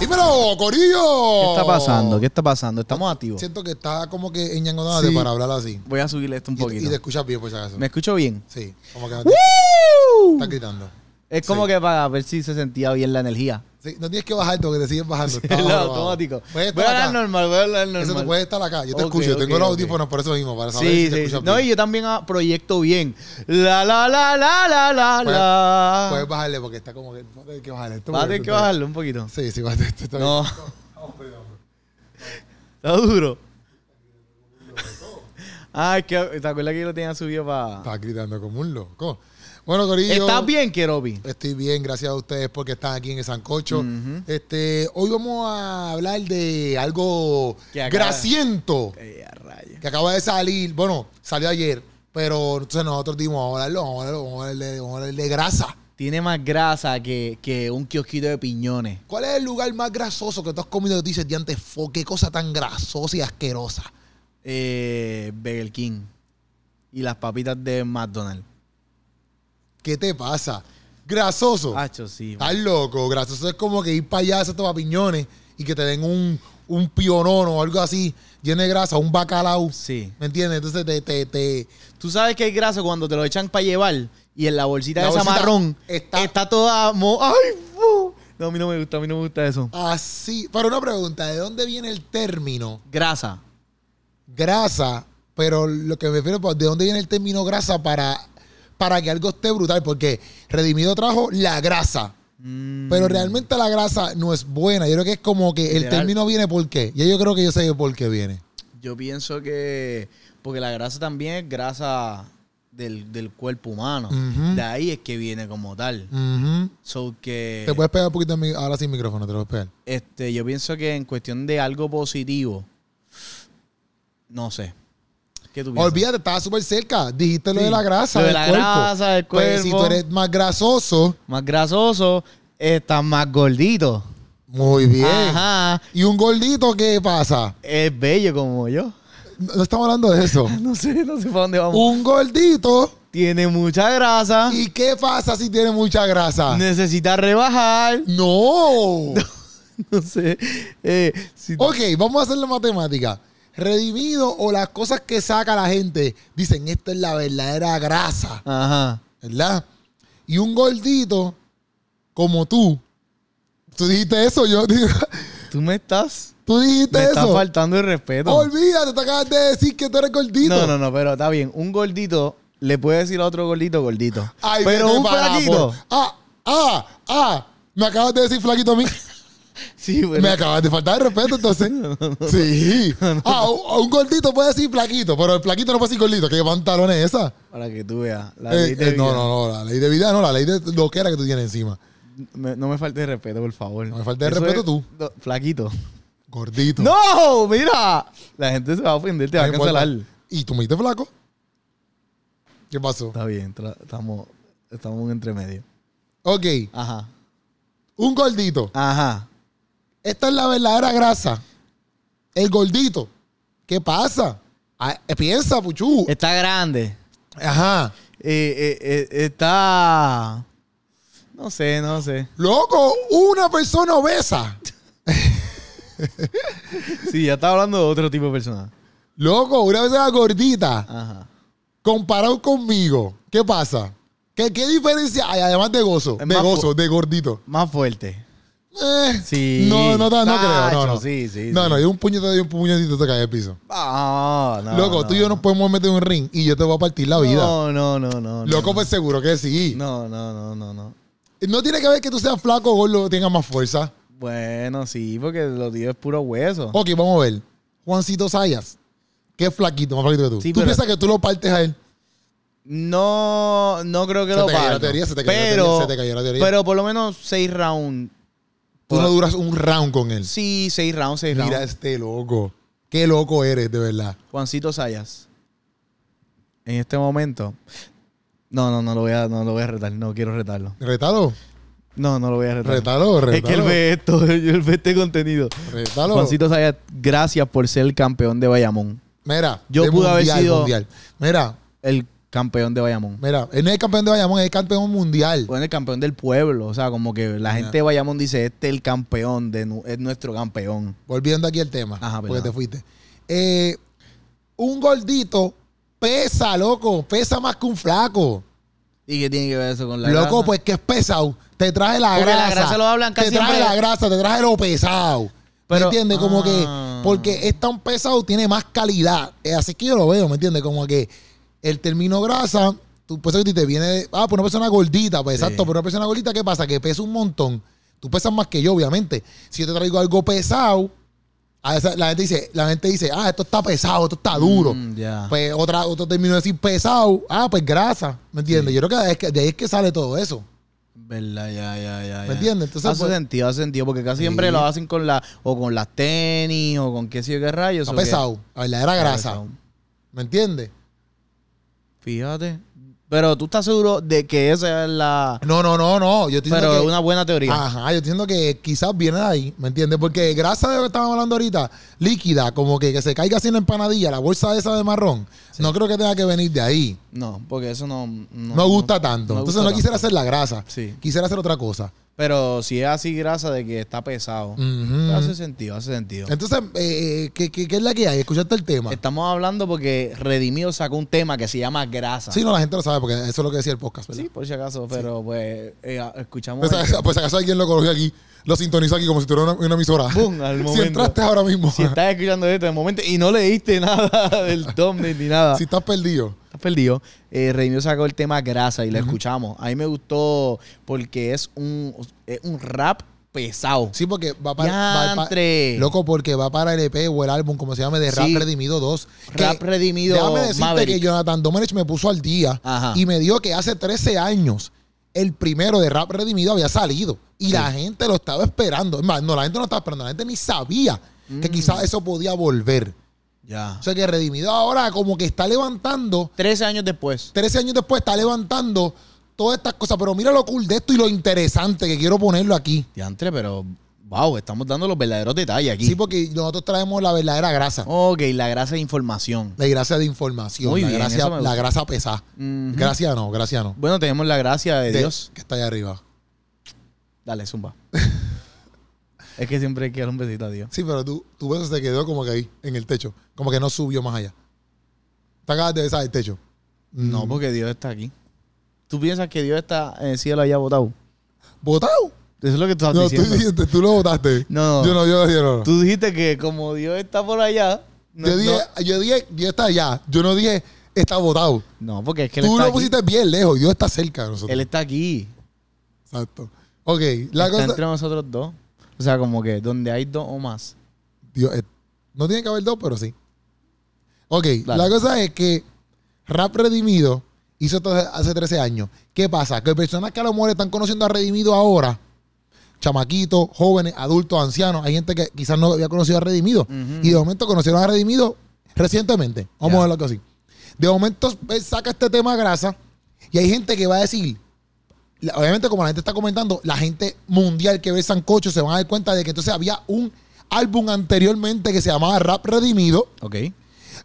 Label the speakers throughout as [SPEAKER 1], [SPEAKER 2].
[SPEAKER 1] ¡Dímelo, Corillo!
[SPEAKER 2] ¿Qué está pasando? ¿Qué está pasando? Estamos activos.
[SPEAKER 1] Siento que está como que ñangonado
[SPEAKER 2] Sí.
[SPEAKER 1] para hablar así.
[SPEAKER 2] Voy a subirle esto un
[SPEAKER 1] Y, y
[SPEAKER 2] poquito.
[SPEAKER 1] te escuchas bien, por si acaso.
[SPEAKER 2] ¿Me escucho bien?
[SPEAKER 1] Sí, como que no te-
[SPEAKER 2] ¡Woo!
[SPEAKER 1] estás gritando.
[SPEAKER 2] Es como
[SPEAKER 1] Sí.
[SPEAKER 2] que para ver si se sentía bien la energía.
[SPEAKER 1] Sí, no tienes que bajar porque te siguen bajando. está
[SPEAKER 2] El
[SPEAKER 1] bajado, bajado.
[SPEAKER 2] automático.
[SPEAKER 1] Puedes
[SPEAKER 2] Voy a
[SPEAKER 1] estar
[SPEAKER 2] hablar
[SPEAKER 1] acá.
[SPEAKER 2] normal, voy a hablar
[SPEAKER 1] Eso
[SPEAKER 2] normal.
[SPEAKER 1] tú puedes estar acá. Yo te
[SPEAKER 2] Ok,
[SPEAKER 1] escucho.
[SPEAKER 2] ok,
[SPEAKER 1] tengo los
[SPEAKER 2] ok.
[SPEAKER 1] audífonos por eso mismo, para saber si
[SPEAKER 2] Sí,
[SPEAKER 1] te
[SPEAKER 2] sí.
[SPEAKER 1] escuchas
[SPEAKER 2] No, y
[SPEAKER 1] bien.
[SPEAKER 2] yo también ah, proyecto bien. La, la, la, la, la, la, la.
[SPEAKER 1] Puedes bajarle porque está como que. vas a tener que bajarle. esto
[SPEAKER 2] Vas a
[SPEAKER 1] porque
[SPEAKER 2] tener
[SPEAKER 1] tú
[SPEAKER 2] que
[SPEAKER 1] estás-
[SPEAKER 2] bajarlo un poquito.
[SPEAKER 1] Sí, sí, vas a tener que
[SPEAKER 2] No. Está duro. Ah, es que te acuerdas que yo lo tenía subido para.
[SPEAKER 1] Estás gritando como un loco. Bueno, Corillo.
[SPEAKER 2] ¿Estás bien, Keropi?
[SPEAKER 1] Estoy bien, gracias a ustedes porque están aquí en el Sancocho. Este, hoy vamos a hablar de algo
[SPEAKER 2] Que acaba-
[SPEAKER 1] grasiento
[SPEAKER 2] Eh, a rayos.
[SPEAKER 1] que acaba de salir. Bueno, salió ayer, pero entonces nosotros dijimos, vamos a hablarlo, vamos a hablarlo, vamos a hablarle, vamos a hablarle de grasa.
[SPEAKER 2] Tiene más grasa que, que un kiosquito de piñones.
[SPEAKER 1] ¿Cuál es el lugar más grasoso que tú has comido que tú dices, diante, fo, qué cosa tan grasosa y asquerosa?
[SPEAKER 2] Eh, Burger King. Y las papitas de McDonald's.
[SPEAKER 1] ¿Qué te pasa? Grasoso.
[SPEAKER 2] Hacho, Ah, sí.
[SPEAKER 1] Estás loco, grasoso es como que ir para allá a esos piñones y que te den un, un pionono o algo así, lleno de grasa, un bacalao.
[SPEAKER 2] Sí.
[SPEAKER 1] ¿Me entiendes? Entonces te, te, te-
[SPEAKER 2] Tú sabes que hay grasa cuando te lo echan para llevar y en la bolsita
[SPEAKER 1] La
[SPEAKER 2] de esa
[SPEAKER 1] bolsita
[SPEAKER 2] marrón
[SPEAKER 1] está-
[SPEAKER 2] está, toda. mo- ¡Ay! fu! No, a mí no me gusta, a mí no me gusta eso.
[SPEAKER 1] así. Pero una pregunta, ¿de dónde viene el término
[SPEAKER 2] Grasa.
[SPEAKER 1] grasa? Pero lo que me refiero, pues, ¿de dónde viene el término grasa para, para que algo esté brutal? Porque Redimido trajo la grasa.
[SPEAKER 2] Mm,
[SPEAKER 1] Pero realmente la grasa no es buena. Yo creo que es como que el
[SPEAKER 2] Literal.
[SPEAKER 1] término viene por qué. Y yo creo que yo sé por qué viene.
[SPEAKER 2] yo pienso que. Porque la grasa también es grasa del, del cuerpo humano.
[SPEAKER 1] Ujú.
[SPEAKER 2] De ahí es que viene como tal.
[SPEAKER 1] Ujú.
[SPEAKER 2] So que.
[SPEAKER 1] Te puedes pegar un poquito de mi- ahora sin micrófono, te lo puedes pegar.
[SPEAKER 2] Este, yo pienso que en cuestión de algo positivo, no sé. ¿Qué tú piensas?
[SPEAKER 1] Olvídate, estaba súper cerca. Dijiste lo
[SPEAKER 2] Sí.
[SPEAKER 1] de la grasa.
[SPEAKER 2] Lo de
[SPEAKER 1] del
[SPEAKER 2] la
[SPEAKER 1] cuerpo.
[SPEAKER 2] grasa, del
[SPEAKER 1] Pues, si tú
[SPEAKER 2] cuerpo.
[SPEAKER 1] eres más grasoso,
[SPEAKER 2] Más grasoso, estás más gordito.
[SPEAKER 1] muy bien.
[SPEAKER 2] Ajá.
[SPEAKER 1] ¿Y un gordito qué pasa?
[SPEAKER 2] Es bello como yo.
[SPEAKER 1] No, no estamos hablando de eso.
[SPEAKER 2] No sé, no sé para dónde vamos.
[SPEAKER 1] un gordito.
[SPEAKER 2] Tiene mucha grasa.
[SPEAKER 1] ¿Y qué pasa si tiene mucha grasa?
[SPEAKER 2] Necesita rebajar.
[SPEAKER 1] No.
[SPEAKER 2] No sé. Eh, si-
[SPEAKER 1] Ok, vamos a hacer la matemática. Redimido o las cosas que saca la gente. Dicen, esta es la verdadera grasa.
[SPEAKER 2] Ajá.
[SPEAKER 1] ¿Verdad? Y un gordito como tú. Tú dijiste eso, yo digo.
[SPEAKER 2] Tú me estás.
[SPEAKER 1] Tú dijiste
[SPEAKER 2] Me
[SPEAKER 1] eso.
[SPEAKER 2] estás faltando el respeto.
[SPEAKER 1] Olvídate, te acabas de decir que tú eres gordito.
[SPEAKER 2] No, no, no, pero está bien. Un gordito le puede decir a otro gordito gordito.
[SPEAKER 1] Ay,
[SPEAKER 2] pero
[SPEAKER 1] vete
[SPEAKER 2] un
[SPEAKER 1] para
[SPEAKER 2] flaquito.
[SPEAKER 1] por- Ah, ah, ah. Me acabas de decir flaquito a mí.
[SPEAKER 2] Sí, pero-
[SPEAKER 1] Me acabas de faltar de respeto, entonces. Sí. Ah, un, un gordito puede decir flaquito, pero el flaquito no puede decir gordito. ¿Qué pantalón es esa?
[SPEAKER 2] Para que tú veas. La
[SPEAKER 1] Eh,
[SPEAKER 2] ley de
[SPEAKER 1] eh, no,
[SPEAKER 2] vida.
[SPEAKER 1] no, no. La ley de vida no, la ley de lo que era que tú tienes encima.
[SPEAKER 2] Me- no me falte de respeto, por favor.
[SPEAKER 1] No me falte de respeto tú.
[SPEAKER 2] no, flaquito.
[SPEAKER 1] Gordito.
[SPEAKER 2] ¡No! ¡Mira! La gente se va a ofender, te va
[SPEAKER 1] No
[SPEAKER 2] a
[SPEAKER 1] importa.
[SPEAKER 2] cancelar.
[SPEAKER 1] ¿Y tú me diste flaco? ¿Qué pasó?
[SPEAKER 2] Está bien, tra- estamos, estamos en entremedio.
[SPEAKER 1] Ok,
[SPEAKER 2] Ajá.
[SPEAKER 1] un gordito.
[SPEAKER 2] Ajá.
[SPEAKER 1] Esta es la verdadera grasa. El gordito. ¿Qué pasa? Ah, eh, piensa, puchú.
[SPEAKER 2] Está grande.
[SPEAKER 1] Ajá.
[SPEAKER 2] Eh, eh, eh, está. No sé, no sé.
[SPEAKER 1] Loco, una persona obesa.
[SPEAKER 2] Sí, ya estaba hablando de otro tipo de persona.
[SPEAKER 1] Loco, una persona gordita.
[SPEAKER 2] Ajá.
[SPEAKER 1] Comparado conmigo. ¿Qué pasa? ¿Qué, qué diferencia hay? Además de gozo.
[SPEAKER 2] Es
[SPEAKER 1] de
[SPEAKER 2] más
[SPEAKER 1] gozo, de gordito.
[SPEAKER 2] Más fuerte.
[SPEAKER 1] Eh,
[SPEAKER 2] Sí.
[SPEAKER 1] No, no, no, no creo. No,
[SPEAKER 2] Tacho,
[SPEAKER 1] no.
[SPEAKER 2] sí, sí,
[SPEAKER 1] no,
[SPEAKER 2] sí.
[SPEAKER 1] no, y un puñetazo y un puñetito te cae al piso.
[SPEAKER 2] Ah, no.
[SPEAKER 1] Loco, tú y yo nos podemos meter en un ring y yo te voy a partir la vida.
[SPEAKER 2] No, no, no, no. no,
[SPEAKER 1] Loco,
[SPEAKER 2] no.
[SPEAKER 1] pues seguro que sí.
[SPEAKER 2] No, no, no, no, no.
[SPEAKER 1] No tiene que ver que tú seas flaco o gordo tengas más fuerza.
[SPEAKER 2] Bueno, sí, porque lo tío es puro hueso.
[SPEAKER 1] Ok, vamos a ver. Juancito Sayas, que es flaquito, más flaquito que tú.
[SPEAKER 2] Sí,
[SPEAKER 1] ¿Tú
[SPEAKER 2] pero-
[SPEAKER 1] piensas que tú lo partes a él?
[SPEAKER 2] No, no creo que
[SPEAKER 1] Se
[SPEAKER 2] lo
[SPEAKER 1] te cayó la
[SPEAKER 2] parto.
[SPEAKER 1] teoría, se te cayó la
[SPEAKER 2] pero,
[SPEAKER 1] teoría, se te cayó la teoría.
[SPEAKER 2] Pero por lo menos seis rounds.
[SPEAKER 1] Tú
[SPEAKER 2] Pues
[SPEAKER 1] no duras un round con él.
[SPEAKER 2] Sí, seis rounds, seis
[SPEAKER 1] Mira
[SPEAKER 2] rounds.
[SPEAKER 1] este loco. Qué loco eres, de verdad.
[SPEAKER 2] Juancito Sayas. En este momento. No, no, no lo voy a, no lo voy a retar. No quiero retarlo.
[SPEAKER 1] Retalo,
[SPEAKER 2] No, no lo voy a retar.
[SPEAKER 1] retalo, retalo.
[SPEAKER 2] Es que él ve esto, él ve este contenido.
[SPEAKER 1] Retalo.
[SPEAKER 2] Juancito Sayas, gracias por ser el campeón de Bayamón.
[SPEAKER 1] Mira,
[SPEAKER 2] Yo
[SPEAKER 1] de
[SPEAKER 2] pude haber
[SPEAKER 1] mundial,
[SPEAKER 2] sido-
[SPEAKER 1] mundial. Mira,
[SPEAKER 2] El campeón de Bayamón.
[SPEAKER 1] Mira, él no es el campeón de Bayamón, es el campeón mundial.
[SPEAKER 2] Bueno, el campeón del pueblo. O sea, como que la
[SPEAKER 1] Ya.
[SPEAKER 2] gente de Bayamón dice, este es el campeón, de, nu- es nuestro campeón.
[SPEAKER 1] Volviendo aquí al tema,
[SPEAKER 2] Ajá,
[SPEAKER 1] porque
[SPEAKER 2] verdad.
[SPEAKER 1] te fuiste. Eh, un gordito pesa, loco, pesa más que un flaco.
[SPEAKER 2] ¿Y qué tiene que ver eso con la
[SPEAKER 1] Loco,
[SPEAKER 2] grasa?
[SPEAKER 1] pues que es pesado. Te trae la
[SPEAKER 2] Porque la
[SPEAKER 1] grasa.
[SPEAKER 2] grasa lo hablan casi
[SPEAKER 1] Te trae
[SPEAKER 2] siempre.
[SPEAKER 1] la grasa, te trae lo pesado. ¿Me
[SPEAKER 2] Pero-
[SPEAKER 1] entiendes? Como
[SPEAKER 2] Ah.
[SPEAKER 1] que porque es tan pesado, tiene más calidad. Eh, Así que yo lo veo, ¿me entiendes? Como que el término grasa, tú pues te viene de, ah, pues una persona gordita, pues
[SPEAKER 2] Sí.
[SPEAKER 1] exacto, pero una persona gordita, ¿qué pasa? Que pesa un montón. Tú pesas más que yo, obviamente. Si yo te traigo algo pesado, a esa- la gente dice, la gente dice, ah, esto está pesado, esto está duro.
[SPEAKER 2] Mm, ya.
[SPEAKER 1] Pues otra, otro término de decir pesado, ah, pues grasa, ¿me entiendes? Yo creo que es que de ahí es que sale todo eso.
[SPEAKER 2] Verdad, ya, ya, ya.
[SPEAKER 1] ¿Me
[SPEAKER 2] ya.
[SPEAKER 1] entiendes? Entonces,
[SPEAKER 2] hace
[SPEAKER 1] pues-
[SPEAKER 2] sentido, hace sentido, porque casi siempre lo hacen con la, o con las tenis, o con qué sé yo qué rayos.
[SPEAKER 1] Está
[SPEAKER 2] o qué.
[SPEAKER 1] pesado, la verdadera
[SPEAKER 2] Está
[SPEAKER 1] grasa,
[SPEAKER 2] pesado.
[SPEAKER 1] ¿me entiendes?
[SPEAKER 2] Fíjate. Pero tú estás seguro de que esa es la.
[SPEAKER 1] No, no, no, no, yo estoy diciendo
[SPEAKER 2] Pero es
[SPEAKER 1] que- Ah.
[SPEAKER 2] una buena teoría.
[SPEAKER 1] Ajá, yo entiendo que quizás viene de ahí, ¿me entiendes? Porque grasa de lo que estábamos hablando ahorita, líquida, como que, que se caiga así en la empanadilla, la bolsa esa de marrón, no creo que tenga que venir de ahí.
[SPEAKER 2] No, porque eso no. No,
[SPEAKER 1] No, gusta tanto.
[SPEAKER 2] no
[SPEAKER 1] Entonces
[SPEAKER 2] gusta
[SPEAKER 1] no quisiera
[SPEAKER 2] tanto.
[SPEAKER 1] hacer la grasa,
[SPEAKER 2] Sí.
[SPEAKER 1] quisiera hacer otra cosa.
[SPEAKER 2] Pero si es así grasa de que está pesado.
[SPEAKER 1] Ujú.
[SPEAKER 2] Hace sentido, hace sentido.
[SPEAKER 1] Entonces, eh, ¿qué, qué, qué es la que hay? ¿Escuchaste el tema?
[SPEAKER 2] Estamos hablando porque Redimido sacó un tema que se llama grasa.
[SPEAKER 1] Sí, no, la gente lo sabe porque eso es lo que decía el podcast, ¿verdad?
[SPEAKER 2] Sí, por si acaso, pero pues eh, a- escuchamos.
[SPEAKER 1] Pues,
[SPEAKER 2] el-
[SPEAKER 1] a- pues acaso alguien lo conoció aquí, lo sintonizó aquí como si tuviera una, una emisora.
[SPEAKER 2] Boom, al
[SPEAKER 1] si
[SPEAKER 2] momento.
[SPEAKER 1] entraste ahora mismo,
[SPEAKER 2] Si estás escuchando esto de momento y no leíste nada del thumbnail ni nada,
[SPEAKER 1] si estás perdido.
[SPEAKER 2] estás perdido. Eh, Redimido sacó el tema grasa y lo escuchamos. A mí me gustó porque es un, es un rap pesado.
[SPEAKER 1] Sí, porque va para, va pa-
[SPEAKER 2] ¡Diantre!
[SPEAKER 1] Loco, porque va para el EP o el álbum, como se llame, de Rap
[SPEAKER 2] Sí.
[SPEAKER 1] Redimido 2. que
[SPEAKER 2] Rap Redimido
[SPEAKER 1] Déjame decirte
[SPEAKER 2] Maverick.
[SPEAKER 1] que Jonathan Domenech me puso al día
[SPEAKER 2] Ajá.
[SPEAKER 1] y me dijo que hace 13 años el primero de Rap Redimido había salido y la gente lo estaba esperando. Es más, no, la gente no estaba esperando, la gente ni sabía
[SPEAKER 2] Mm.
[SPEAKER 1] que quizás eso podía volver.
[SPEAKER 2] Ya.
[SPEAKER 1] O sea que Redimido ahora como que está levantando,
[SPEAKER 2] 13 años después.
[SPEAKER 1] 13 años después está levantando todas estas cosas, pero mira lo cool de esto y lo interesante que quiero ponerlo aquí.
[SPEAKER 2] Diantre, pero wow, estamos dando los verdaderos detalles aquí.
[SPEAKER 1] Sí, pues. porque nosotros traemos la verdadera grasa.
[SPEAKER 2] ok, la grasa de información.
[SPEAKER 1] La gracia de información.
[SPEAKER 2] Muy
[SPEAKER 1] la,
[SPEAKER 2] bien,
[SPEAKER 1] gracia,
[SPEAKER 2] eso me gusta.
[SPEAKER 1] la grasa pesada.
[SPEAKER 2] Ujú.
[SPEAKER 1] Gracia no, gracia no.
[SPEAKER 2] Bueno, tenemos la gracia de,
[SPEAKER 1] De-
[SPEAKER 2] Dios.
[SPEAKER 1] Que está ahí arriba.
[SPEAKER 2] Dale, zumba. es que siempre hay que dar un besito a Dios.
[SPEAKER 1] Sí, pero tú, tu beso se quedó como que ahí, en el techo. Como que no subió más allá. Te acabas de besar el techo. Mm.
[SPEAKER 2] No, pues. porque Dios está aquí. ¿Tú piensas que Dios está en el cielo allá botado?
[SPEAKER 1] ¿Botado?
[SPEAKER 2] Eso es lo que tú estás
[SPEAKER 1] No, tú,
[SPEAKER 2] diciendo.
[SPEAKER 1] dijiste- tú lo votaste.
[SPEAKER 2] No.
[SPEAKER 1] Yo no, yo no, yo no.
[SPEAKER 2] Tú dijiste que como Dios está por allá... No,
[SPEAKER 1] yo, dije,
[SPEAKER 2] no-
[SPEAKER 1] yo dije, Dios está allá. Yo no dije, está votado.
[SPEAKER 2] no, porque es que él
[SPEAKER 1] Tú
[SPEAKER 2] está
[SPEAKER 1] lo
[SPEAKER 2] aquí.
[SPEAKER 1] pusiste bien lejos. Dios está cerca de nosotros.
[SPEAKER 2] Él está aquí.
[SPEAKER 1] Exacto. Ok, la
[SPEAKER 2] está
[SPEAKER 1] cosa.
[SPEAKER 2] entre nosotros dos. O sea, como que donde hay dos o más.
[SPEAKER 1] Dios, eh, no tiene que haber dos, pero sí. Ok,
[SPEAKER 2] Dale.
[SPEAKER 1] la cosa es que Rap Redimido hizo esto hace 13 años. ¿Qué pasa? Que personas que a lo mejor están conociendo a Redimido ahora, chamaquitos, jóvenes, adultos, ancianos, hay gente que quizás no había conocido a Redimido.
[SPEAKER 2] Ujú.
[SPEAKER 1] Y de momento conocieron a Redimido recientemente. Vamos
[SPEAKER 2] Ya.
[SPEAKER 1] a verlo así. De momento él saca este tema grasa y hay gente que va a decir, la- obviamente como la gente está comentando, la gente mundial que ve Sancocho se van a dar cuenta de que entonces había un álbum anteriormente que se llamaba Rap Redimido.
[SPEAKER 2] Ok.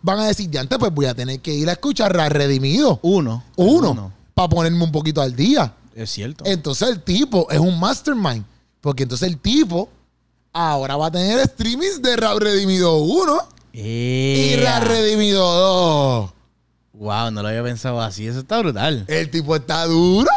[SPEAKER 1] Van a decir, ya antes pues voy a tener que ir a escuchar Rap Redimido.
[SPEAKER 2] Uno.
[SPEAKER 1] Uno, para ponerme un poquito al día.
[SPEAKER 2] Es cierto.
[SPEAKER 1] Entonces el tipo es un mastermind. Porque entonces el tipo ahora va a tener streamings de Rap Redimido 1 y
[SPEAKER 2] Ea.
[SPEAKER 1] Rap Redimido 2.
[SPEAKER 2] Wow, no lo había pensado así. Eso está brutal.
[SPEAKER 1] El tipo está duro.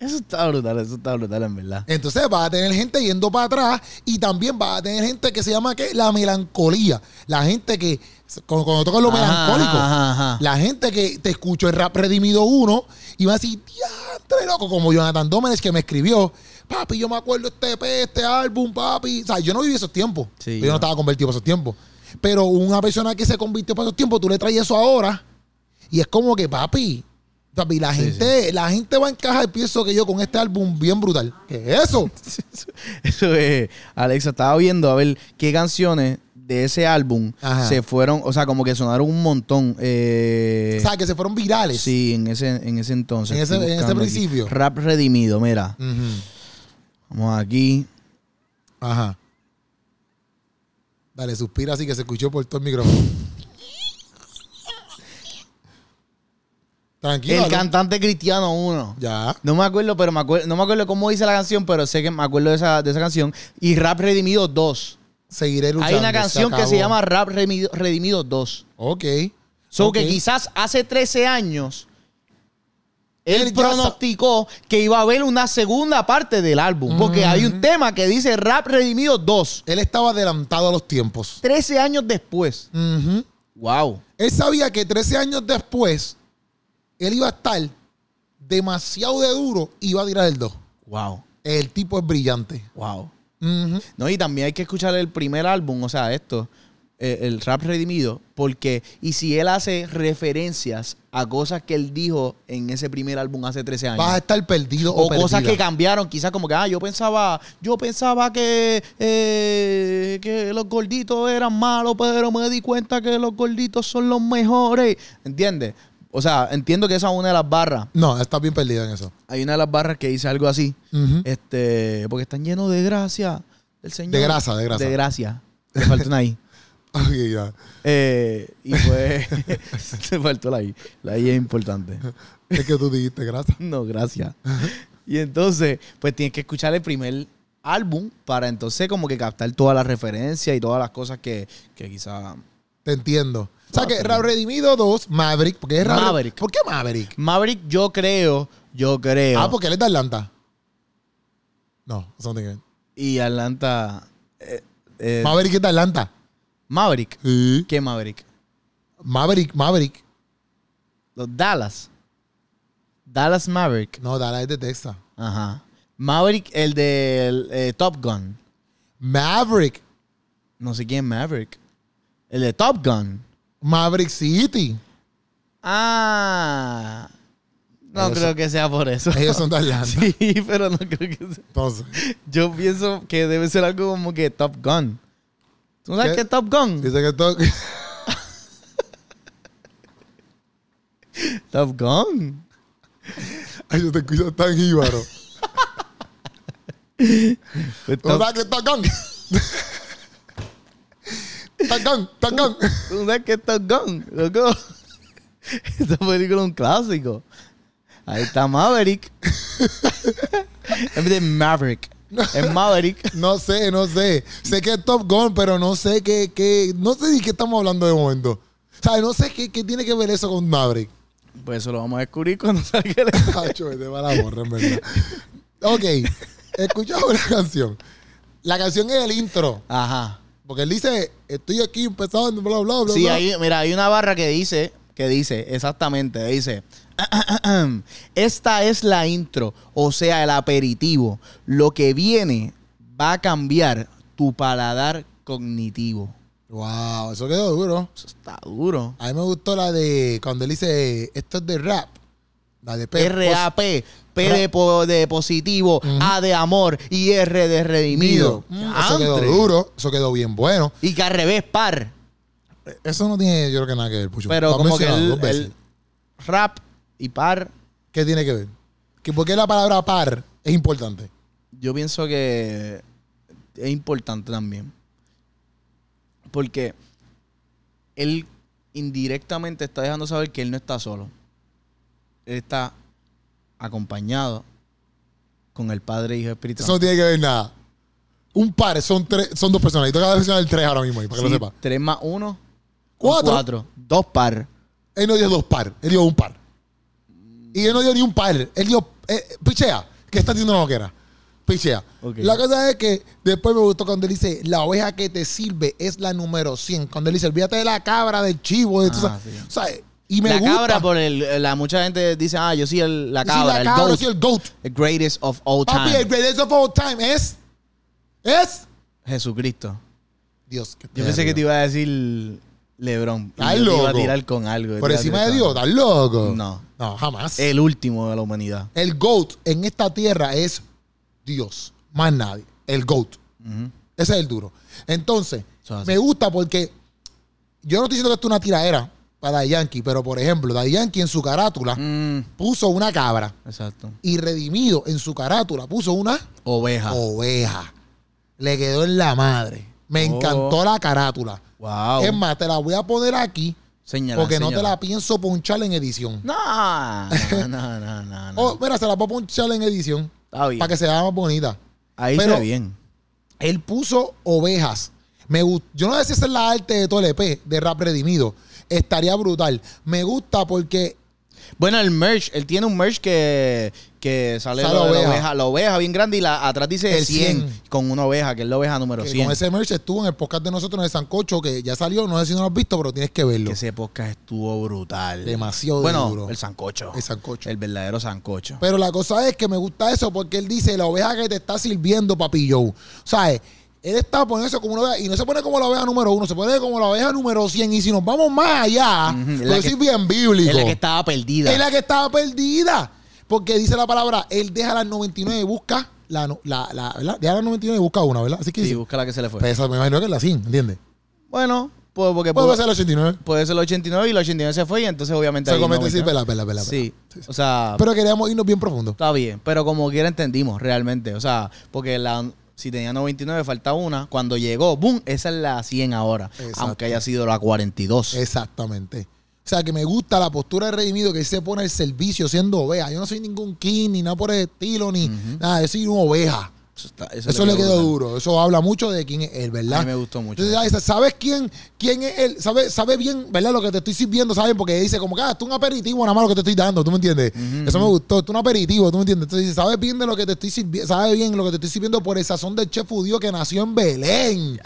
[SPEAKER 2] Eso está brutal, eso está brutal en verdad.
[SPEAKER 1] Entonces vas a tener gente yendo para atrás y también vas a tener gente que se llama ¿qué? la melancolía. La gente que, cuando, cuando toca lo
[SPEAKER 2] Ajá,
[SPEAKER 1] melancólico,
[SPEAKER 2] ajá, ajá.
[SPEAKER 1] la gente que te escuchó el rap Redimido 1 y va a decir, diantre loco, como Jonathan Domenech que me escribió, papi, yo me acuerdo este EP, este álbum, papi. O sea, yo no viví esos tiempos.
[SPEAKER 2] Sí,
[SPEAKER 1] yo no
[SPEAKER 2] no.
[SPEAKER 1] estaba convertido para esos tiempos. Pero una persona que se convirtió para esos tiempos, tú le traes eso ahora y es como que, papi, papi, la
[SPEAKER 2] Sí,
[SPEAKER 1] gente, la gente va a encajar, pienso que yo, con este álbum bien brutal. ¿Qué es eso?
[SPEAKER 2] Eso es. Alexa, estaba viendo a ver qué canciones de ese álbum
[SPEAKER 1] Ajá.
[SPEAKER 2] se fueron, o sea, como que sonaron un montón. eh,
[SPEAKER 1] O sea, que se fueron virales.
[SPEAKER 2] sí, en ese, en ese entonces.
[SPEAKER 1] En ese-
[SPEAKER 2] Estoy
[SPEAKER 1] en ese
[SPEAKER 2] buscando aquí.
[SPEAKER 1] principio.
[SPEAKER 2] Rap redimido, mira.
[SPEAKER 1] Ujú.
[SPEAKER 2] Vamos aquí.
[SPEAKER 1] Ajá. Dale, suspira así que se escuchó por todo el micrófono. Tranquilo.
[SPEAKER 2] El
[SPEAKER 1] dale.
[SPEAKER 2] cantante cristiano uno.
[SPEAKER 1] Ya.
[SPEAKER 2] No me acuerdo, pero me acuerdo, no me acuerdo cómo dice la canción, pero sé que me acuerdo de esa, de esa canción. Y Rap Redimido 2.
[SPEAKER 1] Seguiré luchando.
[SPEAKER 2] Hay una canción que se
[SPEAKER 1] acabó.
[SPEAKER 2] llama Rap Redimido, Redimido 2.
[SPEAKER 1] Ok.
[SPEAKER 2] So
[SPEAKER 1] Ok.
[SPEAKER 2] que quizás hace 13 años él,
[SPEAKER 1] Él ya
[SPEAKER 2] pronosticó que iba a haber una segunda parte del álbum. Porque hay un tema que dice Rap Redimido 2.
[SPEAKER 1] Él estaba adelantado a los tiempos.
[SPEAKER 2] 13 años después.
[SPEAKER 1] Ujú.
[SPEAKER 2] Wow.
[SPEAKER 1] Él sabía que 13 años después, él iba a estar demasiado de duro y iba a tirar el 2.
[SPEAKER 2] Wow.
[SPEAKER 1] El tipo es brillante.
[SPEAKER 2] Wow.
[SPEAKER 1] Ujú.
[SPEAKER 2] No, y también hay que escuchar el primer álbum, o sea, esto, eh, el rap redimido, porque, y si él hace referencias a cosas que él dijo en ese primer álbum hace 13 años.
[SPEAKER 1] Vas a estar perdido o,
[SPEAKER 2] o cosas
[SPEAKER 1] perdida.
[SPEAKER 2] que cambiaron, quizás como que, ah, yo pensaba, yo pensaba que, eh, que los gorditos eran malos, pero me di cuenta que los gorditos son los mejores. ¿Entiendes? O sea, entiendo que esa es una de las barras.
[SPEAKER 1] No, estás bien perdido en eso.
[SPEAKER 2] Hay una de las barras que dice algo así.
[SPEAKER 1] Ujú.
[SPEAKER 2] Este, porque están llenos de gracia del Señor.
[SPEAKER 1] De grasa, de grasa.
[SPEAKER 2] De gracia. Le faltó una I.
[SPEAKER 1] Ok, ya.
[SPEAKER 2] Eh, y pues, se faltó la I. La I es importante.
[SPEAKER 1] Es que tú dijiste grasa.
[SPEAKER 2] No, gracias. Y entonces, pues tienes que escuchar el primer álbum para entonces como que captar todas las referencias y todas las cosas que, que quizá...
[SPEAKER 1] Te entiendo. O sea
[SPEAKER 2] Ah,
[SPEAKER 1] que
[SPEAKER 2] está
[SPEAKER 1] Rap
[SPEAKER 2] bien.
[SPEAKER 1] Redimido 2, Maverick, porque es Rap-
[SPEAKER 2] Maverick.
[SPEAKER 1] ¿Por qué Maverick?
[SPEAKER 2] Maverick, yo creo, yo creo.
[SPEAKER 1] Ah, porque él es de Atlanta. No, eso no tiene que ver.
[SPEAKER 2] Y Atlanta... eh, eh,
[SPEAKER 1] Maverick es de Atlanta.
[SPEAKER 2] Maverick.
[SPEAKER 1] Sí.
[SPEAKER 2] ¿Qué Maverick?
[SPEAKER 1] Maverick, Maverick.
[SPEAKER 2] Los Dallas. Dallas Maverick.
[SPEAKER 1] No, Dallas es de Texas.
[SPEAKER 2] Ajá. Maverick, el de Top Gun.
[SPEAKER 1] Maverick.
[SPEAKER 2] No sé quién es Maverick. El de Top Gun.
[SPEAKER 1] Maverick City.
[SPEAKER 2] Ah. No
[SPEAKER 1] Ellos
[SPEAKER 2] creo
[SPEAKER 1] son-
[SPEAKER 2] que sea por eso.
[SPEAKER 1] Ellos son de Atlanta.
[SPEAKER 2] Sí, pero Ah, no creo que sea.
[SPEAKER 1] Entonces,
[SPEAKER 2] Yo pienso que debe ser algo como que Top Gun. ¿Tú sabes
[SPEAKER 1] ¿Qué?
[SPEAKER 2] qué, es Top Gun?
[SPEAKER 1] dice que todo.
[SPEAKER 2] Top Gun.
[SPEAKER 1] Ay, yo te escucho tan íbaro.
[SPEAKER 2] Pues
[SPEAKER 1] ¿No
[SPEAKER 2] Top-
[SPEAKER 1] sabes que es Tacán? Tacán, Tacán.
[SPEAKER 2] ¿Tú sabes qué es Top Gun? Loco. Esta película es un clásico. Ahí está Maverick. en vez de Maverick. Es Maverick.
[SPEAKER 1] No sé, no sé. Sé que es Top Gun, pero no sé qué. qué no sé de qué estamos hablando de momento. O sea, no sé qué, qué tiene que ver eso con Maverick.
[SPEAKER 2] Pues eso lo vamos a descubrir cuando salga el...
[SPEAKER 1] Cacho, vete para la borra, en verdad. Ok, escuchamos la canción. La canción es el intro.
[SPEAKER 2] Ajá.
[SPEAKER 1] Porque él dice, estoy aquí empezando, bla, bla, bla.
[SPEAKER 2] Sí,
[SPEAKER 1] bla.
[SPEAKER 2] ahí, mira, hay una barra que dice, que dice, exactamente, dice, esta es la intro, o sea, el aperitivo. Lo que viene va a cambiar tu paladar cognitivo.
[SPEAKER 1] Wow, eso quedó duro.
[SPEAKER 2] Eso está duro.
[SPEAKER 1] A mí me gustó la de cuando él dice, esto es de rap. La de P.
[SPEAKER 2] RAP, P de, po- de positivo, A de amor y R de redimido.
[SPEAKER 1] Mm, Eso quedó
[SPEAKER 2] Antre.
[SPEAKER 1] duro, eso quedó bien bueno.
[SPEAKER 2] Y que al revés, par.
[SPEAKER 1] Eso no tiene, yo creo que nada que ver, Pucho.
[SPEAKER 2] Pero
[SPEAKER 1] Lo has
[SPEAKER 2] como que
[SPEAKER 1] mencionado
[SPEAKER 2] el-
[SPEAKER 1] dos veces.
[SPEAKER 2] el rap y par
[SPEAKER 1] ¿Qué tiene que ver? Que ¿Por qué la palabra par es importante?
[SPEAKER 2] yo pienso que es importante también. Porque él indirectamente está dejando saber que él no está solo. Él está acompañado con el Padre, Hijo y Espíritu
[SPEAKER 1] Eso no tiene que ver nada. Un par son tres, son dos personas. Y tengo que mencionar el tres ahora mismo, ahí, para que
[SPEAKER 2] Sí,
[SPEAKER 1] lo sepa.
[SPEAKER 2] Tres más uno.
[SPEAKER 1] Cuatro.
[SPEAKER 2] cuatro. Dos par.
[SPEAKER 1] Él no dio dos par, él dio un par. Y él no dio ni un par, él dio. eh, pichea, que está diciendo una loquera. Pichea.
[SPEAKER 2] Ok.
[SPEAKER 1] La cosa es que después me gustó cuando él dice: La oveja que te sirve es la número 100. Cuando él dice: Olvídate de la cabra, del chivo, de
[SPEAKER 2] Ah,
[SPEAKER 1] o sea,
[SPEAKER 2] sí.
[SPEAKER 1] o sea, y me
[SPEAKER 2] la
[SPEAKER 1] gusta.
[SPEAKER 2] cabra, por el, la, mucha gente dice, ah, yo soy el, la
[SPEAKER 1] Sí, la
[SPEAKER 2] cabra, el
[SPEAKER 1] cabra,
[SPEAKER 2] goat,
[SPEAKER 1] sí, el goat.
[SPEAKER 2] el greatest of all
[SPEAKER 1] Papi, el
[SPEAKER 2] time.
[SPEAKER 1] greatest of all time es. Es.
[SPEAKER 2] Jesucristo.
[SPEAKER 1] Dios. que
[SPEAKER 2] Yo pensé que te
[SPEAKER 1] terrible.
[SPEAKER 2] iba a decir Lebron. y
[SPEAKER 1] Estás
[SPEAKER 2] yo te iba a
[SPEAKER 1] loco.
[SPEAKER 2] tirar con algo. yo
[SPEAKER 1] Por
[SPEAKER 2] te iba a
[SPEAKER 1] encima
[SPEAKER 2] tirar
[SPEAKER 1] de
[SPEAKER 2] con
[SPEAKER 1] Dios, ¿estás
[SPEAKER 2] algo.
[SPEAKER 1] loco?
[SPEAKER 2] No. Eh.
[SPEAKER 1] No, jamás. El,
[SPEAKER 2] El último de la humanidad.
[SPEAKER 1] GOAT en esta tierra es Dios. Más nadie. El GOAT.
[SPEAKER 2] Ujú.
[SPEAKER 1] Ese es el duro. Entonces,
[SPEAKER 2] Eso es así.
[SPEAKER 1] me gusta porque yo no estoy diciendo que esto es una tiradera para Daddy Yankee, pero por ejemplo, Daddy Yankee en su carátula
[SPEAKER 2] Mm,
[SPEAKER 1] puso una cabra
[SPEAKER 2] exacto.
[SPEAKER 1] y Redimido en su carátula puso una
[SPEAKER 2] Oveja.
[SPEAKER 1] oveja. Le quedó en la madre. Me
[SPEAKER 2] Oh.
[SPEAKER 1] encantó la carátula.
[SPEAKER 2] Wow.
[SPEAKER 1] Es más, te la voy a poner aquí
[SPEAKER 2] Señala,
[SPEAKER 1] Porque no te
[SPEAKER 2] señala.
[SPEAKER 1] la pienso ponchar en
[SPEAKER 2] Mm.
[SPEAKER 1] edición.
[SPEAKER 2] No, no, no, no, no.
[SPEAKER 1] Oh, mira, se la voy a ponchar en edición
[SPEAKER 2] Está bien.
[SPEAKER 1] para que se vea más bonita.
[SPEAKER 2] Ahí
[SPEAKER 1] pero-
[SPEAKER 2] se ve bien.
[SPEAKER 1] Él puso ovejas. Me gust- Yo no sé si esa es la arte de Tolepe, de Rap Redimido. Estaría brutal. Me gusta porque
[SPEAKER 2] Bueno, el merch, él tiene un merch que, que sale
[SPEAKER 1] Sale
[SPEAKER 2] lo de la
[SPEAKER 1] oveja.
[SPEAKER 2] oveja, la oveja bien grande y la atrás dice
[SPEAKER 1] El
[SPEAKER 2] el 100,
[SPEAKER 1] 100.
[SPEAKER 2] con una oveja, que es la oveja número
[SPEAKER 1] que
[SPEAKER 2] 100.
[SPEAKER 1] eh, con ese merch estuvo en el podcast de nosotros en el Sancocho, que ya salió. No sé si no lo has visto, pero tienes que verlo.
[SPEAKER 2] Que ese podcast estuvo brutal.
[SPEAKER 1] Demasiado
[SPEAKER 2] Bueno,
[SPEAKER 1] duro.
[SPEAKER 2] el sancocho.
[SPEAKER 1] El Sancocho.
[SPEAKER 2] El verdadero sancocho.
[SPEAKER 1] Pero la cosa es que me gusta eso porque él dice la oveja que te está sirviendo, papi Joe. ¿Sabes? Él está poniendo eso como una oveja. Y no se pone como la oveja número uno, se pone como la oveja número 100. Y si nos vamos más allá,
[SPEAKER 2] Ujú, es la
[SPEAKER 1] lo
[SPEAKER 2] que-
[SPEAKER 1] decir bien bíblico.
[SPEAKER 2] es la que estaba perdida.
[SPEAKER 1] Es la que estaba perdida. Porque dice la palabra, él deja las 99 y busca la, no- la, la- ¿verdad? Deja las 99 y busca una, ¿verdad? Así que
[SPEAKER 2] Sí,
[SPEAKER 1] dice,
[SPEAKER 2] busca la que se le fue.
[SPEAKER 1] pues esa me imagino que es la 100, ¿entiendes?
[SPEAKER 2] bueno, pues porque
[SPEAKER 1] Puede
[SPEAKER 2] pudo-
[SPEAKER 1] ser la 89.
[SPEAKER 2] puede ser el 89 y el 89 se fue y entonces obviamente...
[SPEAKER 1] Se
[SPEAKER 2] ahí no
[SPEAKER 1] comete decir,
[SPEAKER 2] aumentó.
[SPEAKER 1] pela, pela, pela, pela.
[SPEAKER 2] Sí, o sea,
[SPEAKER 1] Pero queríamos irnos bien profundo.
[SPEAKER 2] está bien, pero como quiera entendimos realmente, o sea, porque la, si tenía 99 falta una, cuando llegó, ¡boom! Esa es la 100 ahora,
[SPEAKER 1] Exacto.
[SPEAKER 2] aunque haya sido la 42.
[SPEAKER 1] Exactamente. O sea, que me gusta la postura de redimido que él se pone al servicio siendo oveja. Yo no soy ningún king, ni nada por el estilo, ni
[SPEAKER 2] Ujú.
[SPEAKER 1] nada. Yo soy una oveja.
[SPEAKER 2] Eso, está-
[SPEAKER 1] Eso, le quedó
[SPEAKER 2] brutal.
[SPEAKER 1] duro. Eso habla mucho de quién es él,
[SPEAKER 2] A
[SPEAKER 1] ¿verdad?
[SPEAKER 2] mí me gustó mucho.
[SPEAKER 1] Entonces, ahí está. ¿sabes quién, quién es él? ¿Sabes sabe bien, verdad? Lo que te estoy sirviendo, ¿sabes? Porque dice como que, ah, tú un aperitivo nada más lo que te estoy dando, ¿tú me entiendes?
[SPEAKER 2] Ujú,
[SPEAKER 1] Eso me
[SPEAKER 2] ujú.
[SPEAKER 1] gustó, tú un aperitivo, ¿tú me entiendes? Entonces dice, ¿sabes bien de lo que te estoy sirviendo? ¿Sabes bien lo que te estoy sirviendo por el sazón del chef judío que nació en Belén?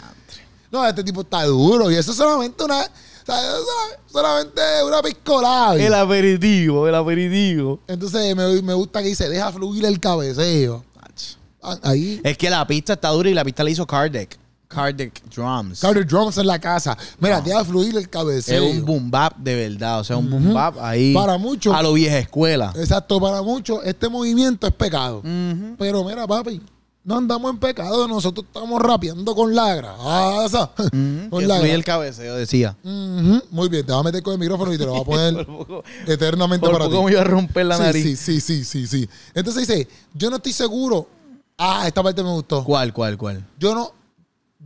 [SPEAKER 1] No, este tipo está duro y eso es solamente una... o sea, eso es sola- Solamente una piscolada.
[SPEAKER 2] El aperitivo, el aperitivo.
[SPEAKER 1] Entonces me, me gusta que dice, deja fluir el cabeceo. Ah, Ahí...
[SPEAKER 2] Es que la pista está dura y la pista la hizo Kardec. Kardec Drums.
[SPEAKER 1] Carter Drums en la casa. Mira, deja fluir el
[SPEAKER 2] es
[SPEAKER 1] cabeceo.
[SPEAKER 2] un boom bap de verdad, o sea, un boom bap ahí
[SPEAKER 1] Para muchos.
[SPEAKER 2] a lo vieja escuela.
[SPEAKER 1] Exacto, para muchos este movimiento es pecado. Pero mira, papi, no andamos en pecado, nosotros estamos rapeando con la grasa.
[SPEAKER 2] Ujú,
[SPEAKER 1] con
[SPEAKER 2] que
[SPEAKER 1] la
[SPEAKER 2] fluye
[SPEAKER 1] grasa.
[SPEAKER 2] el cabeceo, decía.
[SPEAKER 1] Ujú, Muy bien, te vas a meter con el micrófono y te lo vas a poner
[SPEAKER 2] Por poco,
[SPEAKER 1] eternamente
[SPEAKER 2] por
[SPEAKER 1] para ti.
[SPEAKER 2] poco me iba a romper la nariz.
[SPEAKER 1] Sí, sí, sí, sí, sí. Entonces dice, yo no estoy seguro. Ah, esta parte me gustó.
[SPEAKER 2] ¿Cuál, cuál, cuál?
[SPEAKER 1] Yo no,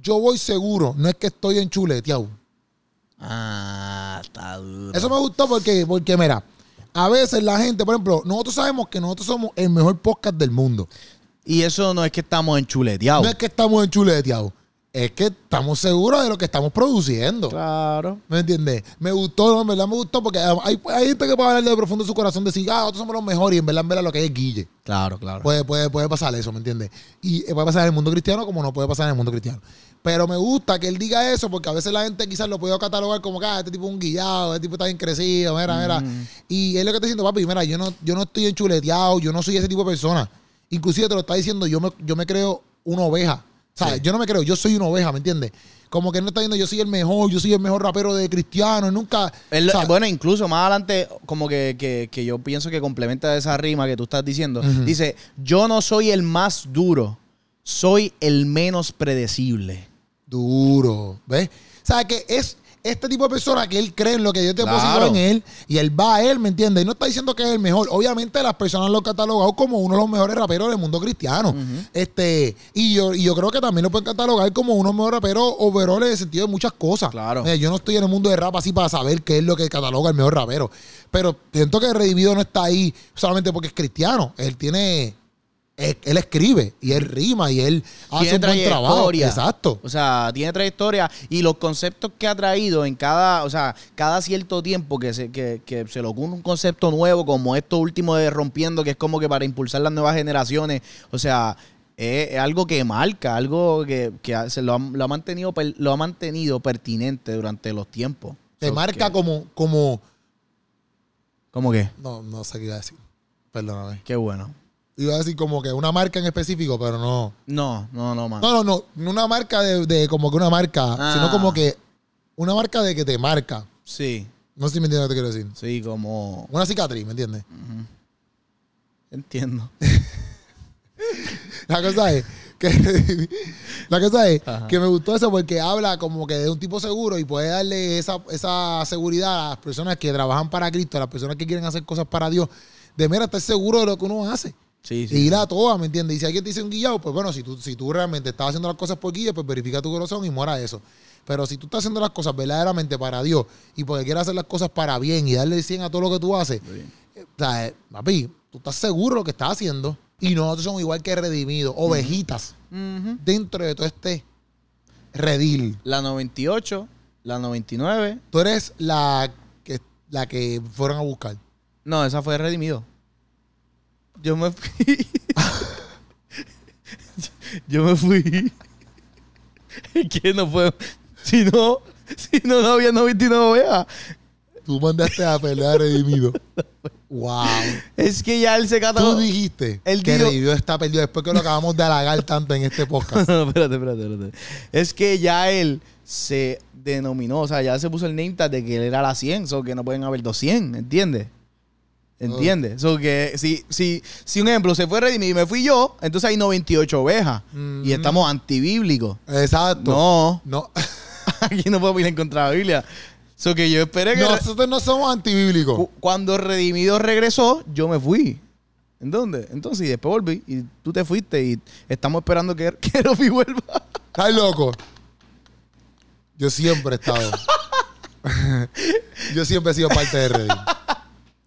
[SPEAKER 1] yo voy seguro, no es que estoy en chuleteado.
[SPEAKER 2] Ah, está duro.
[SPEAKER 1] Eso me gustó porque, porque mira, a veces la gente, por ejemplo, nosotros sabemos que nosotros somos el mejor podcast del mundo.
[SPEAKER 2] Y eso no es que estamos enchuleteados.
[SPEAKER 1] No es que estamos enchuleteados. Es que estamos seguros de lo que estamos produciendo.
[SPEAKER 2] Claro.
[SPEAKER 1] ¿Me entiendes? Me gustó, no, en verdad me gustó porque hay, hay gente que puede hablar de profundo de su corazón, decir, ah, nosotros somos los mejores y en verdad, en verdad lo que hay es Guille.
[SPEAKER 2] Claro, claro.
[SPEAKER 1] Puede, puede, puede pasar eso, ¿me entiendes? Y eh, puede pasar en el mundo cristiano como no puede pasar en el mundo cristiano. Pero me gusta que él diga eso porque a veces la gente quizás lo puede catalogar como que ah, este tipo es un guillado, este tipo está bien crecido, mira, mira.
[SPEAKER 2] Mm.
[SPEAKER 1] Y él lo que está diciendo, papi, mira, yo no, yo no estoy enchuleteado, yo no soy ese tipo de persona. Inclusive te lo está diciendo, yo me, yo me creo una oveja. ¿Sabes? Yo no me creo, yo soy una oveja, ¿me entiendes? Como que él no está diciendo, yo soy el mejor, yo soy el mejor rapero de cristiano, nunca.
[SPEAKER 2] Él-
[SPEAKER 1] o sea,
[SPEAKER 2] bueno, incluso más adelante, como que, que- que yo pienso que complementa esa rima que tú estás diciendo.
[SPEAKER 1] Ujú.
[SPEAKER 2] Dice, yo no soy el más duro, soy el menos predecible.
[SPEAKER 1] Duro, ¿ves? O sea, que es este tipo de persona que él cree en lo que Dios te
[SPEAKER 2] Claro.
[SPEAKER 1] depositó en él y él va a él, ¿me entiendes? Y no está diciendo que es el mejor. Obviamente las personas lo han catalogado como uno de los mejores raperos del mundo cristiano. este y yo, y yo creo que también lo pueden catalogar como uno de los mejores raperos overall en el sentido de muchas cosas.
[SPEAKER 2] Claro.
[SPEAKER 1] O sea, yo no estoy en el mundo de rap así para saber qué es lo que cataloga el mejor rapero. Pero siento que Redivido no está ahí solamente porque es cristiano. Él tiene... Él, él escribe y él rima y él hace Ah,
[SPEAKER 2] Tiene
[SPEAKER 1] un buen trabajo.
[SPEAKER 2] trayectoria.
[SPEAKER 1] Exacto.
[SPEAKER 2] O sea, tiene trayectoria y los conceptos que ha traído en cada, o sea, cada cierto tiempo que se, que, que se le ocurre un concepto nuevo, como esto último de Rompiendo, que es como que para impulsar las nuevas generaciones. O sea, es, es algo que marca, algo que, que se lo, ha, lo ha mantenido, per- lo ha mantenido pertinente durante los tiempos.
[SPEAKER 1] Te
[SPEAKER 2] So,
[SPEAKER 1] marca
[SPEAKER 2] que-
[SPEAKER 1] como, como.
[SPEAKER 2] ¿Cómo que?
[SPEAKER 1] No, no sé qué iba a decir. Perdóname.
[SPEAKER 2] Qué bueno.
[SPEAKER 1] Iba a decir como que una marca en específico, pero no.
[SPEAKER 2] No, no, no, man.
[SPEAKER 1] No, no, no. no Una marca de, de como que una marca.
[SPEAKER 2] Ah.
[SPEAKER 1] Sino como que. Una marca de que te marca.
[SPEAKER 2] Sí,
[SPEAKER 1] No sé si me entiendes lo que te quiero decir.
[SPEAKER 2] sí, como...
[SPEAKER 1] Una cicatriz, ¿me entiendes?
[SPEAKER 2] Mm. Entiendo.
[SPEAKER 1] La cosa es que la cosa es
[SPEAKER 2] Ajá.
[SPEAKER 1] que me gustó eso porque habla como que de un tipo seguro y puede darle esa, esa seguridad a las personas que trabajan para Cristo, a las personas que quieren hacer cosas para Dios, de mira estar seguro de lo que uno hace.
[SPEAKER 2] Sí,
[SPEAKER 1] Y
[SPEAKER 2] sí.
[SPEAKER 1] ir a todas, ¿me entiendes? Y si alguien te dice un guillado, pues bueno, si tú, si tú realmente estás haciendo las cosas por guía, pues verifica tu corazón y mora eso. Pero si tú estás haciendo las cosas verdaderamente para Dios y porque quieres hacer las cosas para bien y darle el 100 a todo lo que tú haces, eh, o sea, eh, papi, tú estás seguro de lo que estás haciendo y nosotros somos igual que redimidos, ovejitas,
[SPEAKER 2] Ujú.
[SPEAKER 1] dentro de todo este redil.
[SPEAKER 2] La 98, la 99.
[SPEAKER 1] Tú eres la que, la que fueron a buscar.
[SPEAKER 2] No, esa fue redimido. Yo me fui. Yo me fui. Es que no fue. Si no, si no, no había 99 ovejas.
[SPEAKER 1] Tú mandaste a pelear a redimido. wow.
[SPEAKER 2] Es que ya él se
[SPEAKER 1] Tú
[SPEAKER 2] catalogó.
[SPEAKER 1] dijiste
[SPEAKER 2] Él
[SPEAKER 1] que
[SPEAKER 2] dijo-
[SPEAKER 1] redimido está perdido después que lo acabamos de halagar tanto en este podcast.
[SPEAKER 2] No, no, espérate, espérate, espérate. Es que ya él se denominó, o sea, ya se puso el name tag de que él era la 100, o que no pueden haber 200, ¿entiendes? ¿Entiendes? So que si, si, si un ejemplo se fue redimido y me fui yo, entonces hay 98 ovejas
[SPEAKER 1] Mm.
[SPEAKER 2] y estamos antibíblicos.
[SPEAKER 1] Exacto.
[SPEAKER 2] No,
[SPEAKER 1] No,
[SPEAKER 2] aquí no podemos ir en contra de la Biblia. So que yo esperé que re- Uh.
[SPEAKER 1] nosotros no somos antibíblicos.
[SPEAKER 2] cu- cuando redimido regresó, yo me fui. ¿En dónde? Entonces, y después volví. Y tú te fuiste y estamos esperando que, que Rofi vuelva.
[SPEAKER 1] ¿Estás loco? Yo siempre he estado. yo siempre he sido parte de Reddit.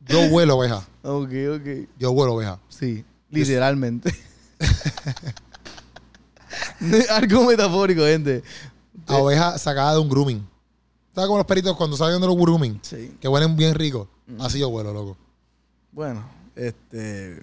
[SPEAKER 1] Yo vuelo oveja.
[SPEAKER 2] Ok, ok.
[SPEAKER 1] Yo vuelo oveja.
[SPEAKER 2] Sí, literalmente. Algo metafórico, gente.
[SPEAKER 1] A oveja sacada de un grooming. ¿Sabes como los peritos cuando salen de los grooming?
[SPEAKER 2] Sí.
[SPEAKER 1] Que huelen bien rico.
[SPEAKER 2] Mm.
[SPEAKER 1] Así yo vuelo, loco.
[SPEAKER 2] Pues, Bueno, este.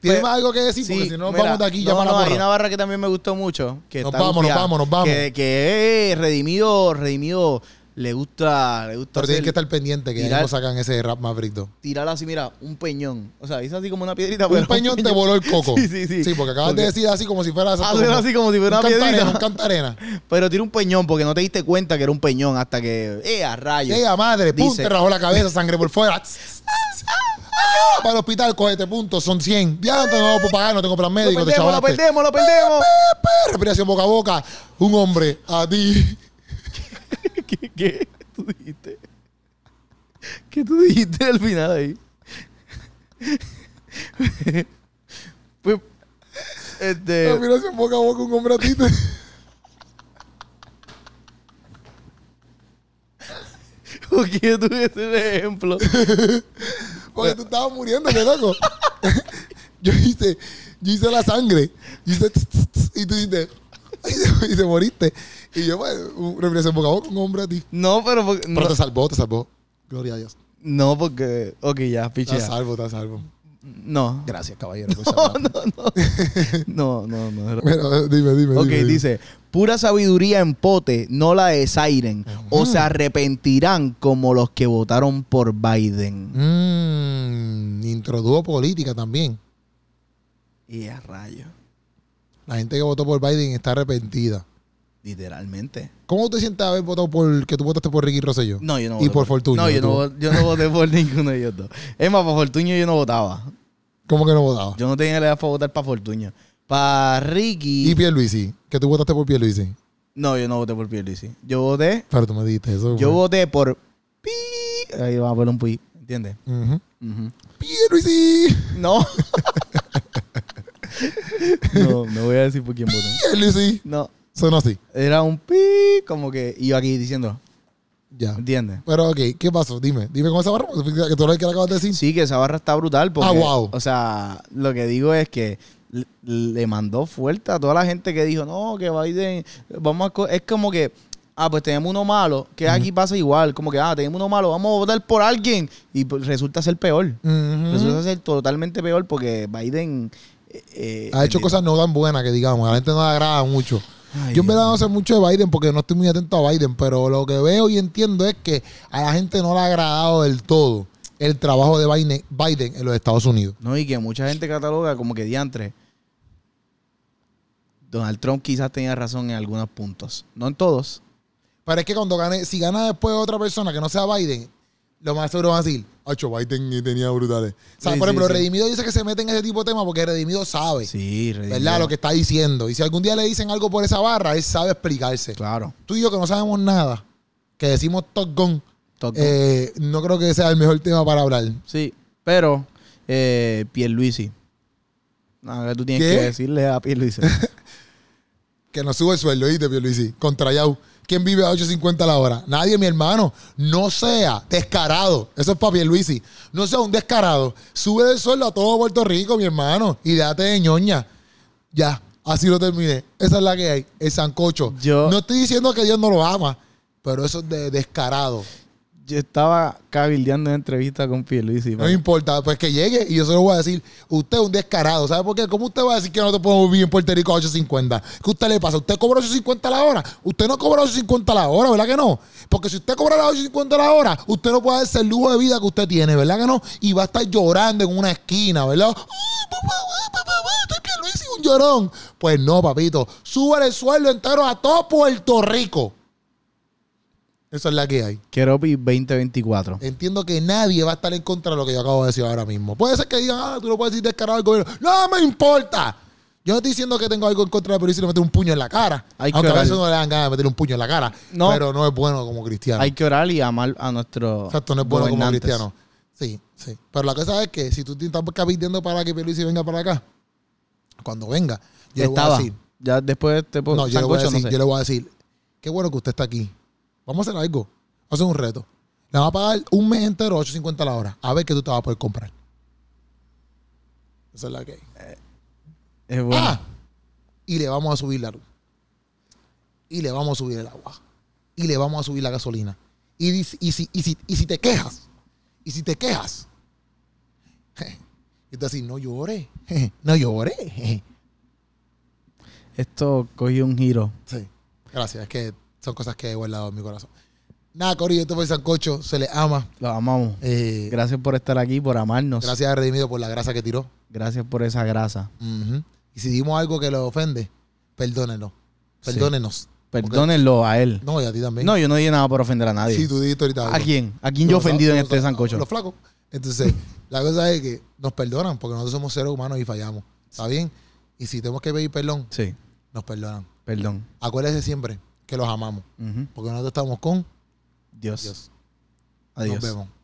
[SPEAKER 1] ¿Tienes
[SPEAKER 2] Pues,
[SPEAKER 1] más algo que decir? Porque
[SPEAKER 2] sí,
[SPEAKER 1] si no nos
[SPEAKER 2] mira,
[SPEAKER 1] vamos de aquí ya
[SPEAKER 2] no,
[SPEAKER 1] para
[SPEAKER 2] no,
[SPEAKER 1] la
[SPEAKER 2] hay
[SPEAKER 1] porra.
[SPEAKER 2] una barra que también me gustó mucho. Que
[SPEAKER 1] Nos
[SPEAKER 2] está
[SPEAKER 1] vamos, nos
[SPEAKER 2] gufiada,
[SPEAKER 1] vamos, nos vamos.
[SPEAKER 2] Que, que es redimido, redimido. Le gusta, le gusta
[SPEAKER 1] Pero tienen
[SPEAKER 2] hacer-
[SPEAKER 1] que estar pendiente que ya
[SPEAKER 2] Tirar-
[SPEAKER 1] no sacan ese rap Maverick 2.
[SPEAKER 2] tirar así, mira, un peñón. O sea, hizo así como una piedrita. pero
[SPEAKER 1] Un peñón te voló el coco.
[SPEAKER 2] Sí, sí, sí.
[SPEAKER 1] Sí, porque acabas
[SPEAKER 2] Porque-
[SPEAKER 1] de decir así como si fuera exacto,
[SPEAKER 2] Hacer
[SPEAKER 1] como
[SPEAKER 2] así como si fuera
[SPEAKER 1] un
[SPEAKER 2] una
[SPEAKER 1] cantarena,
[SPEAKER 2] piedrita.
[SPEAKER 1] Un cantarena.
[SPEAKER 2] Pero tira un peñón porque no te diste cuenta que era un peñón hasta que. ¡Eh, a rayos!
[SPEAKER 1] Llega madre, pum,
[SPEAKER 2] Dice-
[SPEAKER 1] te rajó la cabeza, sangre por fuera. Ah, Para el hospital, cogete punto, son 100. Ya no tengo para pagar, no tengo plan
[SPEAKER 2] ¡Lo
[SPEAKER 1] médico, te
[SPEAKER 2] perdemos, lo
[SPEAKER 1] chavaste.
[SPEAKER 2] perdemos, lo perdemos!
[SPEAKER 1] Ah, Respiración boca a boca, un hombre a ti.
[SPEAKER 2] ¿Qué, ¿Qué tú dijiste? ¿Qué tú dijiste al final ahí? pues, este,
[SPEAKER 1] Respiración boca a boca, un hombre a ti.
[SPEAKER 2] ¿por qué tú ves el ejemplo?
[SPEAKER 1] Porque tú estabas muriendo, qué loco. Yo hice, yo hice la sangre, yo hice tss, tss, tss, y tú hiciste, y te, y te moriste. Y yo, pues, un- respiración boca a boca, un hombre a ti.
[SPEAKER 2] No, pero porque,
[SPEAKER 1] Pero
[SPEAKER 2] no,
[SPEAKER 1] te salvó, te salvó. Gloria a Dios.
[SPEAKER 2] no, porque, ok, ya,
[SPEAKER 1] Te
[SPEAKER 2] pichea.
[SPEAKER 1] salvo, te salvo.
[SPEAKER 2] No,
[SPEAKER 1] Gracias, caballero. por salvarme.
[SPEAKER 2] no, no, no.
[SPEAKER 1] Pero, eh, dime, dime.
[SPEAKER 2] Ok,
[SPEAKER 1] dime, dime.
[SPEAKER 2] dice, pura sabiduría en pote, no la desairen, o se arrepentirán como los que votaron por Biden.
[SPEAKER 1] Mm, introdujo política también.
[SPEAKER 2] Y a rayo,
[SPEAKER 1] La gente que votó por Biden está arrepentida.
[SPEAKER 2] literalmente.
[SPEAKER 1] ¿Cómo te sientes de haber votado por que tú votaste por Ricky Rosselló?
[SPEAKER 2] No, yo no
[SPEAKER 1] Y por Fortuño.
[SPEAKER 2] No, yo
[SPEAKER 1] tú.
[SPEAKER 2] no, vo- yo no voté por ninguno de ellos dos. Es más, para Fortuño yo no votaba.
[SPEAKER 1] ¿Cómo que no votaba?
[SPEAKER 2] Yo no tenía la edad para votar para Fortuño. Para
[SPEAKER 1] Y,
[SPEAKER 2] Ricky.
[SPEAKER 1] Pierluisi, que tú votaste por Pierluisi.
[SPEAKER 2] No, yo no voté por Pierluisi. Yo voté.
[SPEAKER 1] Pero tú me dijiste eso.
[SPEAKER 2] Yo
[SPEAKER 1] güey.
[SPEAKER 2] voté por. Pi. Ahí va a poner un pi. ¿Entiendes?
[SPEAKER 1] Ujú.
[SPEAKER 2] Ujú.
[SPEAKER 1] Pierluisi,
[SPEAKER 2] No. no, no voy a decir por quién voté.
[SPEAKER 1] Pierluisi.
[SPEAKER 2] No.
[SPEAKER 1] Sonó así.
[SPEAKER 2] Era un pi. Como que. Y yo aquí diciendo.
[SPEAKER 1] Ya.
[SPEAKER 2] ¿Entiendes?
[SPEAKER 1] Pero ok, ¿qué pasó? Dime, dime cómo se barra. Que tú lo que le acabas de decir.
[SPEAKER 2] Sí, que esa barra está brutal. Porque,
[SPEAKER 1] Ah, wow.
[SPEAKER 2] O sea, lo que digo es que le, le mandó fuerte a toda la gente que dijo, no, que Biden, vamos a... co-". Es como que, ah, pues tenemos uno malo, que aquí pasa igual, como que, ah, tenemos uno malo, vamos a votar por alguien. Y pues, resulta ser peor.
[SPEAKER 1] Ujú.
[SPEAKER 2] Resulta ser totalmente peor porque Biden... eh, eh,
[SPEAKER 1] Ha hecho
[SPEAKER 2] entendió.
[SPEAKER 1] cosas no tan buenas que digamos. A la gente no le agrada mucho.
[SPEAKER 2] Ay,
[SPEAKER 1] Yo en
[SPEAKER 2] Dios.
[SPEAKER 1] verdad no sé mucho de Biden porque no estoy muy atento a Biden, pero lo que veo y entiendo es que a la gente no le ha agradado del todo el trabajo de Biden, Biden en los Estados Unidos.
[SPEAKER 2] No, y que mucha gente cataloga como que diantre. Donald Trump quizás tenía razón en algunos puntos. No en todos.
[SPEAKER 1] Pero es que cuando gane, si gana después otra persona que no sea Biden, lo más seguro van a decir, ocho, Biden y tenía brutales. O sea,
[SPEAKER 2] Sí,
[SPEAKER 1] por
[SPEAKER 2] sí,
[SPEAKER 1] ejemplo,
[SPEAKER 2] sí.
[SPEAKER 1] Redimido dice que se mete en ese tipo de temas porque Redimido sabe,
[SPEAKER 2] Sí,
[SPEAKER 1] ¿verdad? Lo que está diciendo. Y si algún día le dicen algo por esa barra, él sabe explicarse.
[SPEAKER 2] Claro.
[SPEAKER 1] Tú y yo que no sabemos nada, que decimos Top Gun,
[SPEAKER 2] Toc-
[SPEAKER 1] eh, no creo que sea el mejor tema para hablar.
[SPEAKER 2] Sí, pero eh, Pierluisi. Nada que tú tienes
[SPEAKER 1] ¿Qué?
[SPEAKER 2] que decirle a Pierluisi.
[SPEAKER 1] Que nos sube el sueldo, ¿viste, Pierluisi? Contra Yau. ¿Quién vive a 8.50 la hora? Nadie, mi hermano. No sea descarado. Eso es papi Luisi. No sea un descarado. Sube el sueldo a todo Puerto Rico, mi hermano. Y date de ñoña. Ya, así lo terminé. Esa es la que hay. El sancocho.
[SPEAKER 2] Yo-
[SPEAKER 1] No estoy diciendo que Dios no lo ama, pero eso es de descarado.
[SPEAKER 2] Yo estaba cabildeando en entrevista con Pierluisi.
[SPEAKER 1] No me importa, pues que llegue y yo se lo voy a decir. Usted es un descarado, ¿sabe por qué? ¿Cómo usted va a decir que no te podemos vivir en Puerto Rico a 8.50? ¿Qué a usted le pasa? ¿Usted cobra 8.50 la hora? Usted no cobra 8.50 la hora, ¿verdad que no? Porque si usted cobra 8.50 la hora, usted no puede darse el lujo de vida que usted tiene, ¿verdad que no? Y va a estar llorando en una esquina, ¿verdad? ¡Ay, papá, ay, papá, ay, estoy Pierluisi, un llorón. Pues no, papito. Sube el sueldo entero a todo Puerto Rico. Esa es la que hay.
[SPEAKER 2] Keropi 2024.
[SPEAKER 1] Entiendo que nadie va a estar en contra de lo que yo acabo de decir ahora mismo. Puede ser que digan, ah, tú no puedes decir descarado al gobierno. ¡No me importa! Yo no estoy diciendo que tengo algo en contra de Pierluisi y le meter un puño en la cara.
[SPEAKER 2] Hay que
[SPEAKER 1] aunque a
[SPEAKER 2] orar.
[SPEAKER 1] veces no le dan ganas de meterle un puño en la cara.
[SPEAKER 2] No.
[SPEAKER 1] Pero no es bueno como cristiano.
[SPEAKER 2] Hay que orar y amar a nuestro.
[SPEAKER 1] Exacto, no es bueno como cristiano. Sí, sí. Pero la cosa es que si tú te estás cabildeando para que Pierluisi venga para acá, cuando venga, yo le voy a
[SPEAKER 2] Estaba.
[SPEAKER 1] decir...
[SPEAKER 2] Ya después de este po-
[SPEAKER 1] No, yo le, voy a
[SPEAKER 2] sancocho,
[SPEAKER 1] decir,
[SPEAKER 2] sé.
[SPEAKER 1] yo le voy a decir, qué bueno que usted está aquí. Vamos a hacer algo. Vamos a hacer un reto. Le vamos a pagar un mes entero, 8.50 la hora. A ver qué tú te vas a poder comprar. Esa es la que hay.
[SPEAKER 2] Es bueno.
[SPEAKER 1] Ah, y le vamos a subir la luz. Y le vamos a subir el agua. Y le vamos a subir la gasolina. Y, dis- y si, y si- y si te quejas, y si te quejas, y tú así, no llores, no llores.
[SPEAKER 2] Esto cogió un giro.
[SPEAKER 1] Sí. Gracias, es que son cosas que he guardado en mi corazón. Nada, Corillo, esto fue el Sancocho, se le ama.
[SPEAKER 2] Lo amamos.
[SPEAKER 1] Eh, gracias.
[SPEAKER 2] Gracias por estar aquí, por amarnos. Gracias,
[SPEAKER 1] a Redimido por la grasa que tiró.
[SPEAKER 2] por esa grasa.
[SPEAKER 1] Ujú. Y si dimos algo que lo ofende, perdónenlo.
[SPEAKER 2] Sí.
[SPEAKER 1] Perdónenos.
[SPEAKER 2] Perdónenlo a él.
[SPEAKER 1] No, y a ti también.
[SPEAKER 2] No, yo no dije nada por ofender a nadie.
[SPEAKER 1] sí, tú dijiste ahorita.
[SPEAKER 2] ¿A
[SPEAKER 1] algo.
[SPEAKER 2] quién? ¿A quién yo he
[SPEAKER 1] Los-
[SPEAKER 2] ofendido en
[SPEAKER 1] los-
[SPEAKER 2] este sancocho?
[SPEAKER 1] Los flacos. Entonces, la cosa es que nos perdonan porque nosotros somos seres humanos y fallamos. ¿Está bien? Y si tenemos que pedir perdón,
[SPEAKER 2] Sí,
[SPEAKER 1] nos perdonan.
[SPEAKER 2] perdón.
[SPEAKER 1] Acuérdense siempre que los amamos
[SPEAKER 2] Ujú.
[SPEAKER 1] porque nosotros estamos con
[SPEAKER 2] Dios.
[SPEAKER 1] Dios.
[SPEAKER 2] Adiós.
[SPEAKER 1] Nos vemos.